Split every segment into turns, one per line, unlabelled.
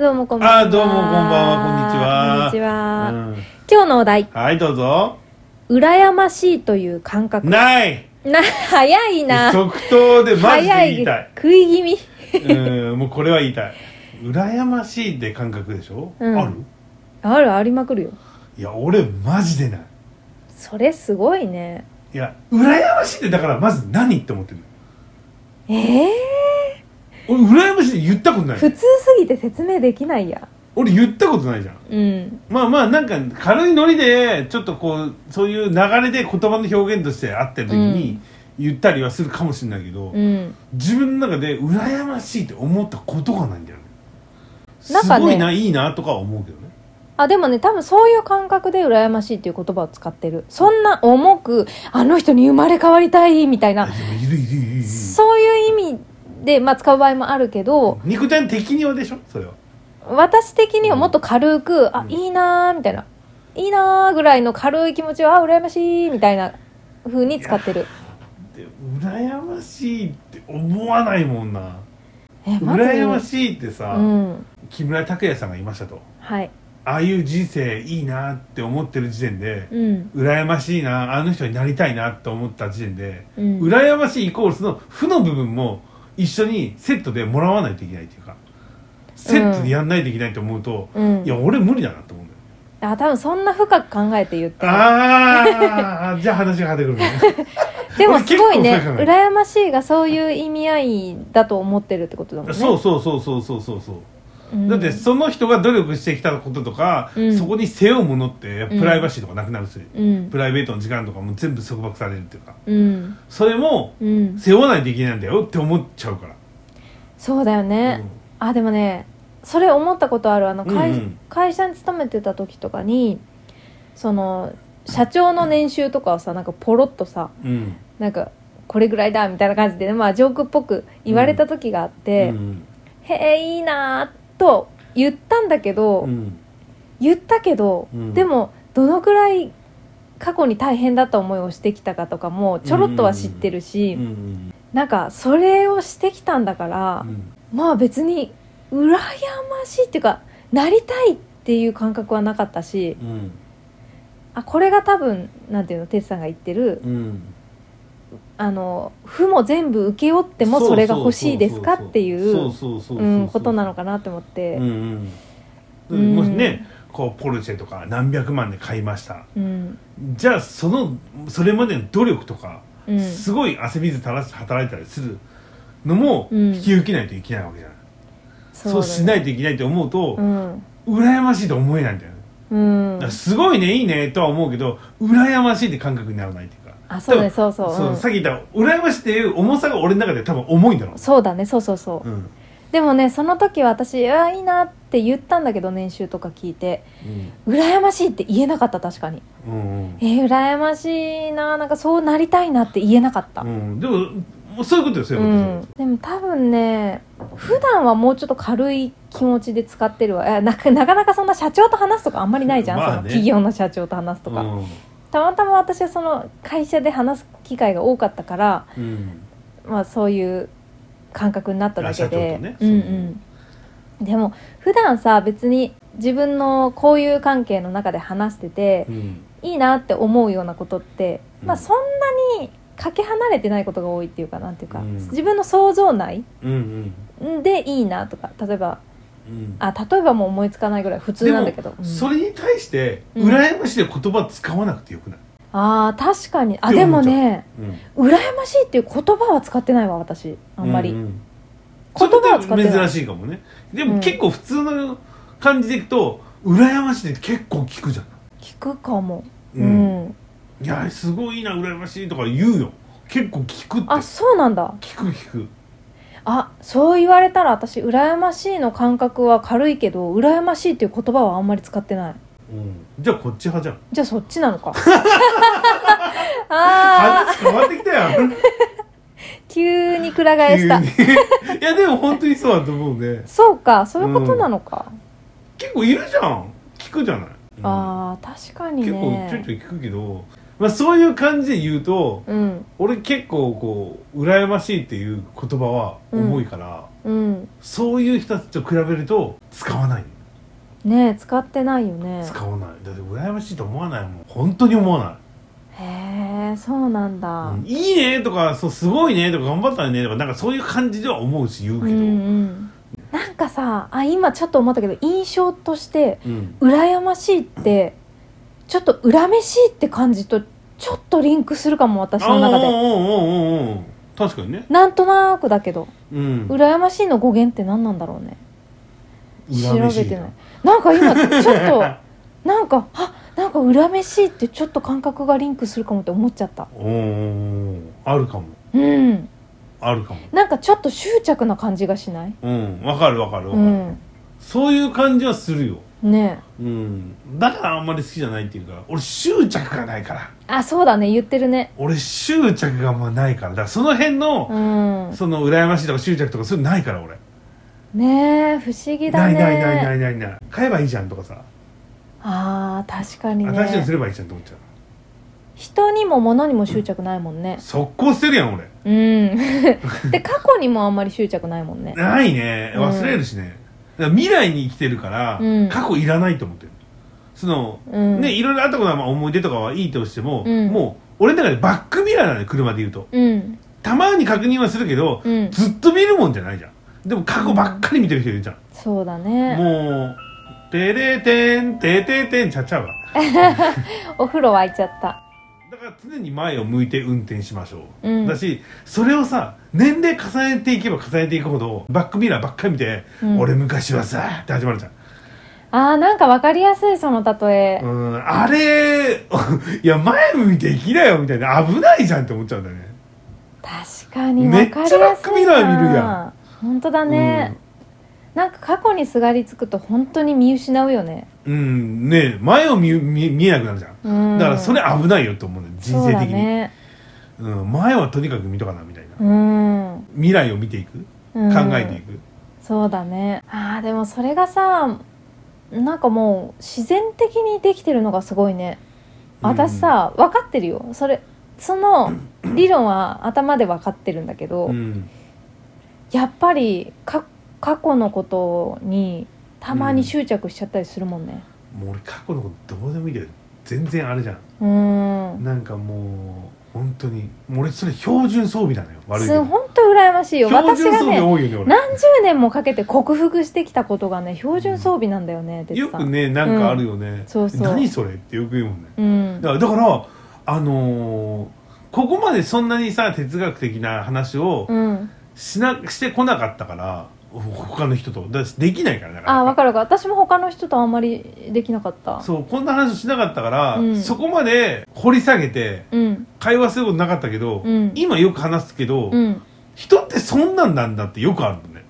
どうもこんばんは。
あーどうもこんばんはこんにちは
こんにちは。
うん
今日のお題、
はいどうぞ
羨ましいという感覚。な、
ない
早いな。
即答でマジで
早
言いたい
食い気味。
うんもうこれは言いたい羨ましいって感覚でしょ、
うん
ある
あるありまくるよ。
いや俺マジでない
それすごいね。
いや羨ましいってだからまず何って思ってる
ええ
俺羨ましいって言ったことな
ー、普
い
通すぎて説明できないや。
俺言ったことないじゃん
うん。
まあまあなんか軽いノリでちょっとこうそういう流れで言葉の表現としてあってる時に言ったりはするかもしれないけど、
うん。
自分の中で羨ましいって思ったことがないんだよねす
なんかね
ごいな、いいなとかは思うけどね
あ、でもね、多分そういう感覚で羨ましいっていう言葉を使ってる。そんな重く、あの人に生まれ変わりたい、みたいな。
あでもいるいるいるいる
そういう意味で、まあ、使う場合もあるけど、
肉体的にはでしょそれは
私的にはもっと軽く、あ
うん
いいなーみたいないいなーぐらいの軽い気持ちをあ羨ましいみたいな風に使ってる
で羨ましいって思わないもんな
え
羨ま
い
しいってさ、
うん
木村拓哉さんがいましたと
はい
ああいう人生いいなって思ってる時点で、
うん
羨ましいなあの人になりたいなって思った時点で、
うん
羨ましいイコールその負の部分も一緒にセットでもらわないといけないっていうかセットでやんないといけないと思うと、
うん
いや俺無理だなと思うんだよ
あ多分そんな深く考えて言ってる
ああ じゃあ話が果てくるね
でもすごいね
俺結構深く考え
羨ましいがそういう意味合いだと思ってるってことだもんね
そうそうそうそうそうそうそう
うん
だってその人が努力してきたこととか、
うん
そこに背負うものってプライバシーとかなくなるし、
うん
プライベートの時間とかも全部束縛されるっていうか
うん
それも
うん
背負わないといけないんだよって思っちゃうから、
そうだよね、あでもねそれ思ったことあるあの会,、
うんうん
会社に勤めてた時とかにその社長の年収とかをさなんかポロッとさ
うんうん
なんかこれぐらいだみたいな感じで、まあ、ジョークっぽく言われた時があって「
うん
へえいいな」と言ったんだけど、
うん
言ったけど、
うん
でもどのくらい過去に大変だった思いをしてきたかとかもちょろっとは知ってるし、
うんうん
なんかそれをしてきたんだから。
うん
まあ別に羨ましいっていうかなりたいっていう感覚はなかったし
うん
あこれが多分なんていうの哲さんが言ってる
うん
あの負も全部請け負ってもそれが欲しいですかっていううんことなの
か
かなと思って
う、んう
うん
んもしねこうポルシェとか何百万で買いました
うん
じゃあそのそれまでの努力とか
うん、
すごい汗水垂らして働いたりするのも
うん
引き受けないといけないわけじゃない、
そうだ
そ
ね
うしないといけないと思うと
う、ん
羨ましいと思えないんだよね、
うん
だからすごいねいいねとは思うけど羨ましいって感覚にならないっていうか
あそうだね
多
そうそう
分
う
そ
ん
うさっき言った羨ましいっていう重さが俺の中で多分重いんだろ
そうだねそうそうそう
う、うん
でもねその時は私「あいいな」って言ったんだけど年収とか聞いて羨ましいって言えなかった確かに
うんうん
えー、羨ましいななんかそうなりたいなって言えなかった、う
うんん、でももうそういうことですよ、そういうこと
でも多分ね普段はもうちょっと軽い気持ちで使ってるわいやなかなかなかそんな社長と話すとかあんまりないじゃん、
まあね
その企業の社長と話すとか、たまたま私はその会社で話す機会が多かったから、
うんうん
まあ、そういう感覚になっただけで、
あ社長とね
うんうんでも普段さ別に自分の交友関係の中で話してて、
うん
いいなって思うようなことって、
うん
まあそんなにかけ離れてないことが多いっていうかなんていうか、
うん
自分の想像内
うんうん
でいいなとか例えば
うん
あ例えばもう思いつかないぐらい普通なんだけど、うん
それに対して
うん
羨ましいって言葉使わなくてよくない、
あー確かにあ
って
でも
思っちゃう
ね
うん
羨ましいっていう言葉は使ってないわ私あんまり、
ううん
言葉は使ってない
それ珍しいかもねで
うん
も結構普通の感じでいくと羨ましいって結構聞くじゃん
聞くかもう、
うんいやすごいな羨ましいとか言うよ結構聞くって
あそうなんだ
聞く聞く
あそう言われたら私羨ましいの感覚は軽いけど羨ましいっていう言葉はあんまり使ってない
うんじゃあこっち派じゃん
じゃあそっちなの かああ
話変わってきたよ
急にくら替えした
急にいやでも本当にそうだと思うね
そうかそういうことなのか、
結構いるじゃん聞くじゃない、うん
ああ確かに
結構ちょい
ね
ちょい聞くけどまあ、そういう感じで言うと
うん
俺結構こう羨ましいっていう言葉は重いから、
うん
そういう人たちと比べると使わない
ねえ使ってないよね
使わないだって羨ましいと思わないもん本当に思わない
へえそうなんだ、
うんいいねとかそうすごいねとか頑張ったねとかなんかそういう感じでは思うし言う
うん
けど、
うん、なんかさあ今ちょっと思ったけど印象として
うん
羨ましいってちょっと恨めしいって感じとちょっとリンクするかも私の中で
うんうんうんうんうん確かにね、
なんとなくだけど
うん、
羨ましいの語源って何なんだろうね調
恨めし
べてないなんか今ちょっと なんかあなんか恨めしいってちょっと感覚がリンクするかもって思っちゃった
うんうんうんあるかも
うん
あるかも
なんかちょっと執着な感じがしない
うんわかるわかるわ
う
かる、
ん
そういう感じはするよ
ねえ
うんだからあんまり好きじゃないっていうか俺執着がないから
あそうだね言ってるね
俺執着があんまないからだからその辺
う
の、
ん
その羨ましいとか執着とかそういうのないから俺
ねえ不思議だ
ない
ね
ないないないないない買えばいいじゃんとかさ
あー確かに
新しいのす
ね
ればいいじゃんと思っちゃう
人にも物にも執着ないもんね
速攻捨てるやん俺
うん で過去にもあんまり執着ないもんね
ないね
うん
忘れるしね、だから未来に生きてるから、
うん
過去いらないと思ってるその、
うん
ねいろいろあったことはまあ思い出とかはいいとしても、
うん
もう俺の中でバックミラーなんで車で言うと
うん
たまに確認はするけど、
うん
ずっと見るもんじゃないじゃんでも過去ばっかり見てる人いるじゃん、
そうだね
もう「てれてんてててん」ちゃっちゃうわ
お風呂沸いちゃった
だから常に前を向いて運転しましょう、
うん
だしそれをさ年齢重ねていけば重ねていくほどバックミラーばっかり見て「
うん
俺昔はさ」って始まるじゃん
あーなんかわかりやすいその例え
うんあれ いや前向いて生きなよみたいな危ないじゃんって思っちゃうんだよね
確かに
め
わ
っちゃ
かりやす
バックミ
い
ラー見るや
な本当だね、なんか過去にすがりつくと本当に見失うよね
うんね前を見見見えなくなるじゃん、
うん
だからそれ危ないよって思うんだよ人生
そうだ
的にう、
ね
ん、前はとにかく見とかなみたいな、
うん、うん、
未来を見ていく考えていく、
そうだねあーでもそれがさなんかもう自然的にできてるのがすごいね私さ、分かってるよそれその理論は頭で分かってるんだけど、
うん
やっぱりか過去のことにたまに執着しちゃったりするもんね
もう俺過去のことどうでもいいけど全然あれじゃん
うん
なんかもう本当にもう俺それ標準装備なのよ悪いけ
す
ど
本当羨ましいよ
標
私
準
が
装備
ね
多いよね俺
何十年もかけて克服してきたことがね標準装備なんだよねて
よ
つさん
くねなんかあるよね、
そうそう
何それってよく言うもんね
うん
だからだからあのーここまでそんなにさ哲学的な話を
うん
しな、してこなかったから他の人とだしできないからだから
あ分かる分かる私も他の人とあんまりできなかった
そうこんな話しなかったから、
うん
そこまで掘り下げて
うん
会話することなかったけど、
うん
今よく話すけど、
うん
人ってそんなんなんだってよくあるもんね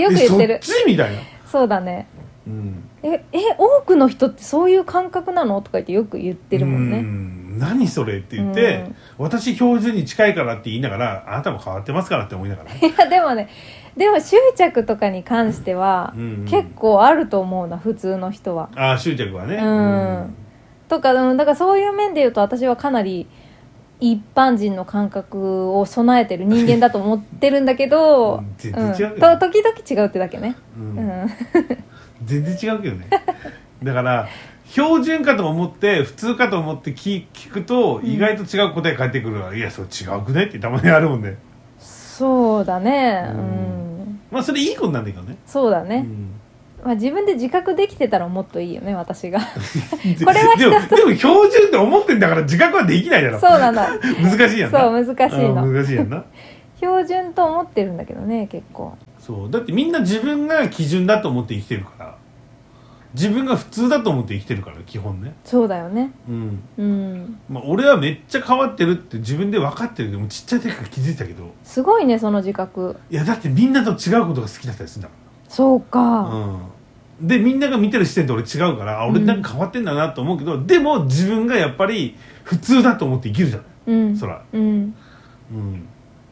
よく言ってる
えそっちみたいな、
そうだね
うん、
ええ多くの人ってそういう感覚なのとか言ってよく言ってるもん
う
ね
ん何それって言って、
うん
私標準に近いからって言いながらあなたも変わってますからって思いながら
いやでもねでも執着とかに関しては
うんうん
結構あると思うな普通の人は
ああ執着はね
うんとかうんだからそういう面で言うと私はかなり一般人の感覚を備えてる人間だと思ってるんだけど、う
う
んん、
全然違うよね
と時々違うってだけね、
うん
うん
全然違うけどねだから標準かと思って普通かと思って聞聞くと意外と違う答え返ってくるから、いやそれ違うくねってたまにあるもんね
そうだね
う
うんん、
まあそれいいことなんだけどね、
そうだ
う
ね、
ん、
まあ、自分で自覚できてたらもっといいよね私 が
で
これは
でもでも標準って思ってんだから自覚はできないだろ
そうなの
難しいやんな
そう難しい
あー
の
難しいやんな
標準と思ってるんだけどね結構
そうだってみんな自分が基準だと思って生きてるから自分が普通だと思って生きてるから基本ね
そうだよね
うん
うん
まあ俺はめっちゃ変わってるって自分で分かってるけどもうちっちゃい時から気づいたけど
すごいねその自覚
いやだってみんなと違うことが好きだったりするんだか
そう
ら
か、
うんでみんなが見てる視点と俺違うからあ俺なんか変わってんだなと思うけど、でも自分がやっぱり普通だと思って生きるじゃん
うん
そら
うん
うん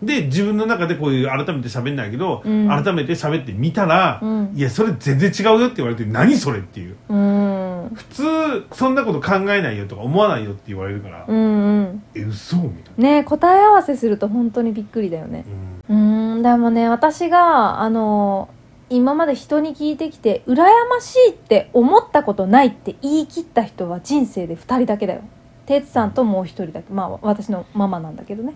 で自分の中でこういう改めて喋んないけど、
うん
改めて喋ってみたら、
うん
いやそれ全然違うよって言われて何それっていう
うん
普通ずそんなこと考えないよとか思わないよって言われるから、
うんうん
え嘘みたいな、
ね答え合わせすると本当にびっくりだよね
うん
うーんでもね私があの今まで人に聞いてきて羨ましいって思ったことないって言い切った人は人生で2人だけだよ哲さんともう一人だけまあ私のママなんだけどね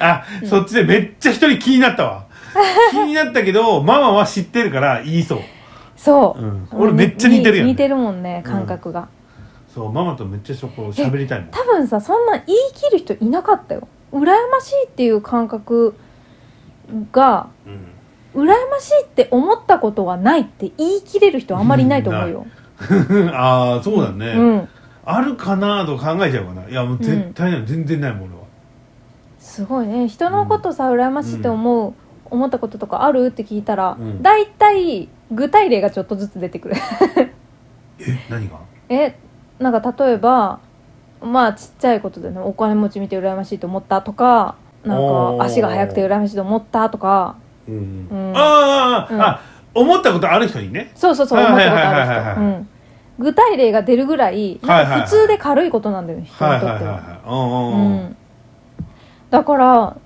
あ、そっちでめっちゃ一人気になっ たわ気になったけどママは知ってるから言いそう、
そうう、
ん、俺めっちゃ似てるやん、
に似てるもんね感覚が、
そうママとめっちゃそこ喋りたいもん
多分さそんな言い切る人いなかったよ羨ましいっていう感覚が
うん
羨ましいって思ったことはないって言い切れる人あんまりいないと思うよ、
ああそうだね、
うん、
あるかなと考えちゃうかないやもう絶対ない、全然ないもん俺は
すごいね人のことさ羨ましいって思う、思ったこととかあるって聞いたら、
うん
だいたい具体例がちょっとずつ出てくる
え何が
えなんか例えばまあちっちゃいことでねお金持ち見て羨ましいと思ったとかなん
おー
か足が速くて羨ましいと思ったとか
うん
うん
あーあー、
うん
あ思ったことある人にね
そうそうそう
はい
思っ
はい
たこ
はい
と
は
ある
い
人
は
う
い
ん具体例が出るぐらいなん
はいはい
か
はい
普通で軽いことなんだよね人に
はい
とっ
は
て
いはい
は。
はいうんうんうん
うんだから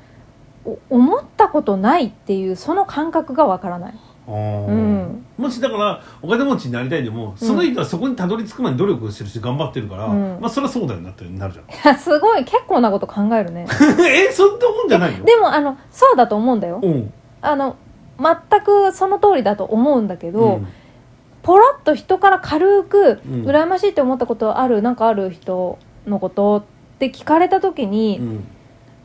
お思ったことないっていうその感覚がわからない、
あー
うん
もしだからお金持ちになりたいでもその人はそこにたどり着くまで努力をしてるし頑張ってるから、
うん
まあそりゃそうだよなってなるじ ゃん
すごい結構なこと考える ね
えそんなもんじゃないよ
でもあのそうだと思うんだよ
うん
あの全くその通りだと思うんだけど、
うん
ポロッと人から軽く「
うん
羨ましいって思ったことあるなんかある人のこと?」って聞かれた時に、
うん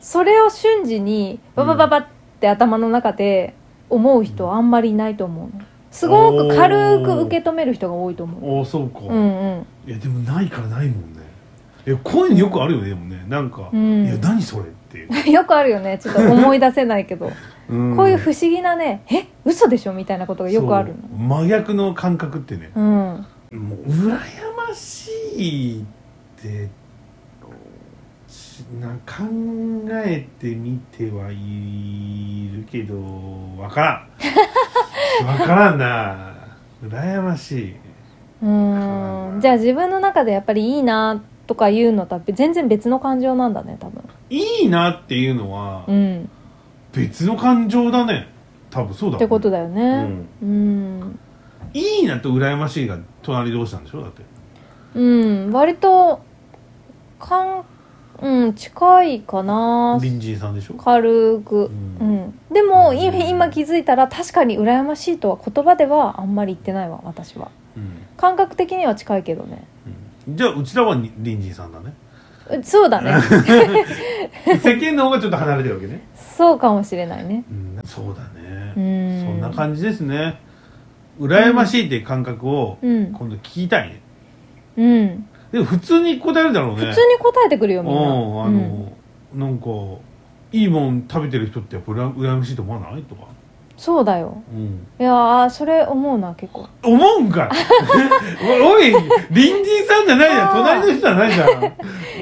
それを瞬時にババババって頭の中で思う人はあんまりいないと思うのすごく軽く受け止める人が多いと思う
おーそうか、
うんうん
いやでもないからないもんねいやこういうのよくあるよねでもねなんか、
うん
いや何それっていう、
よくあるよねちょっと思い出せないけど
うん
こういう不思議なね「え嘘でしょ?」みたいなことがよくある
そう真逆の感覚ってね、
のうん
もう羨ましいってしな考えてみてはいるけどわ からんわからんな羨ましい、
うんじゃあ自分の中でやっぱりいいなとかいうのとは全然別の感情なんだね多分
いいなっていうのは
うん
別の感情だね多分そうだ
っ
ろうね
てことだよねうん
いいなと羨ましいが隣同士なんでしょだって
うん割とかんうん近いかな
隣人さんでしょ
軽く
うん
うんでも今今気づいたら確かに羨ましいとは言葉ではあんまり言ってないわ私は
うん
感覚的には近いけどね
うんじゃあうちらはに隣人さ んだね
うそう だね
世間の方がちょっと離れてるわけね、
そうかもしれないね
うん、そうだね
う、ん
そんな感じですね羨ましいっていう感覚を
うん
今度聞きたいね
うん
でも普通に答えるだろうね
普通に答えてくるよみんな
うんあ
うん
の、なんかいいもん食べてる人ってやっぱ羨羨ましいと思わないとか、
そうだよ
うん、
いやーそれ思うな結構
思うんかいおい 隣人さんじゃないじゃん
あー
隣の人じゃないじゃんだか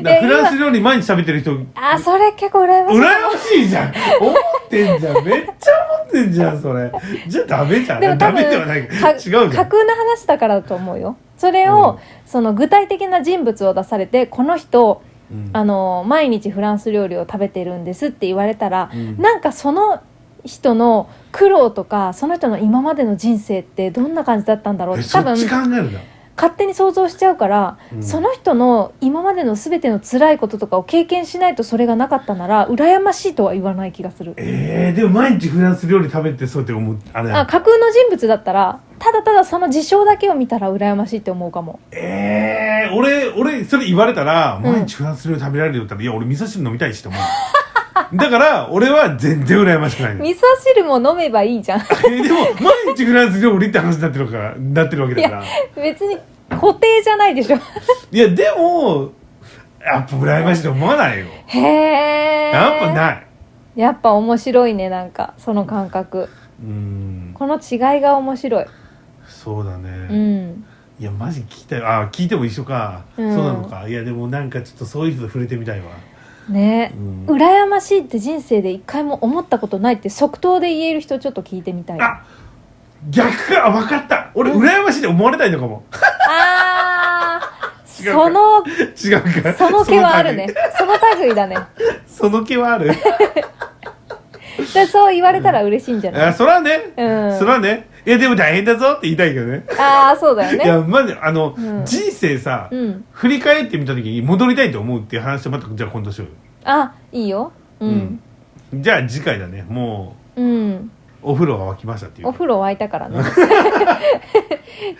ら
や
フランス料理毎日食べてる人羨
あーそれ結構羨ましい
ましい じゃん思ってんじゃんめっちゃ思ってんじゃんそれじゃあダメじゃ
でも
ん
多
ダ
分
メではないか
か
違うじゃん
架空の話だからだと思うよそれを、その具体的な人物を出されてこの人
うん
あの毎日フランス料理を食べてるんですって言われたら、
うん
なんかその人の苦労とかその人の今までの人生ってどんな感じだったんだろうっ
え
て多
そ
分
っち考えるんだ
勝手に想像しちゃうから、
うん
その人の今までの全ての辛いこととかを経験しないとそれがなかったなら羨ましいとは言わない気がする。
えー、でも毎日フランス料理食べてそうって思うあれ
あ架空の人物だったらただただその事象だけを見たら羨ましいって思うかも
えー、俺俺それ言われたら
ん
毎日フランス料理食べられるよって言ったら、いや俺味噌汁飲みたいしと思うだから俺は全然羨ましくないの
味噌汁も飲めばいい じゃん
えでも毎日フランス料理って話になってるからなってるわけだからい
別に固定じゃないでしょ
やでもやっぱ羨ましいと思わないよ、
へえ
やっぱない
やっぱ面白いねなんかその感覚
うん
この違いが面白い
そうだね、
うん
いやマジ聞きたいあ聞いても一緒か、
うん
そうなのかいやでもなんかちょっとそういう人と触れてみたいわ
ね
うん
羨ましいって人生で一回も思ったことないって即答で言える人ちょっと聞いてみたい
あ逆かあ分かった俺
うん
羨ましいって思われたいのかも
あー
違う
そ の
違うか
その毛はあるねその類だね
その毛 はある
でそう言われたら嬉しいんじゃない、
あそらね、
うん
そらねいやでも大変だぞって言いたいけどね
ああそうだ
い
よね
やまずあの、
うん
人生さ、
うん
振り返ってみた時に戻りたいと思うっていう話をまたじゃあ今度しようよ
あいいようん
じゃあ次回だねも
うん、
うお風呂が沸きましたっていう
お風呂沸いたから ね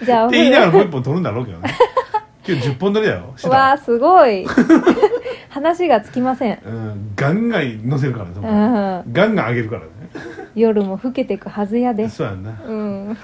じゃあお
って言
風
いながら
呂
もう一本取るんだろうけどね 今日10本取りだよしてた
わあすごい 話がつきません、
うんガンガン乗せるからね、そこ
うん、
ガンガン上げるからね
夜も更けてくはずやで
そうやんな
うん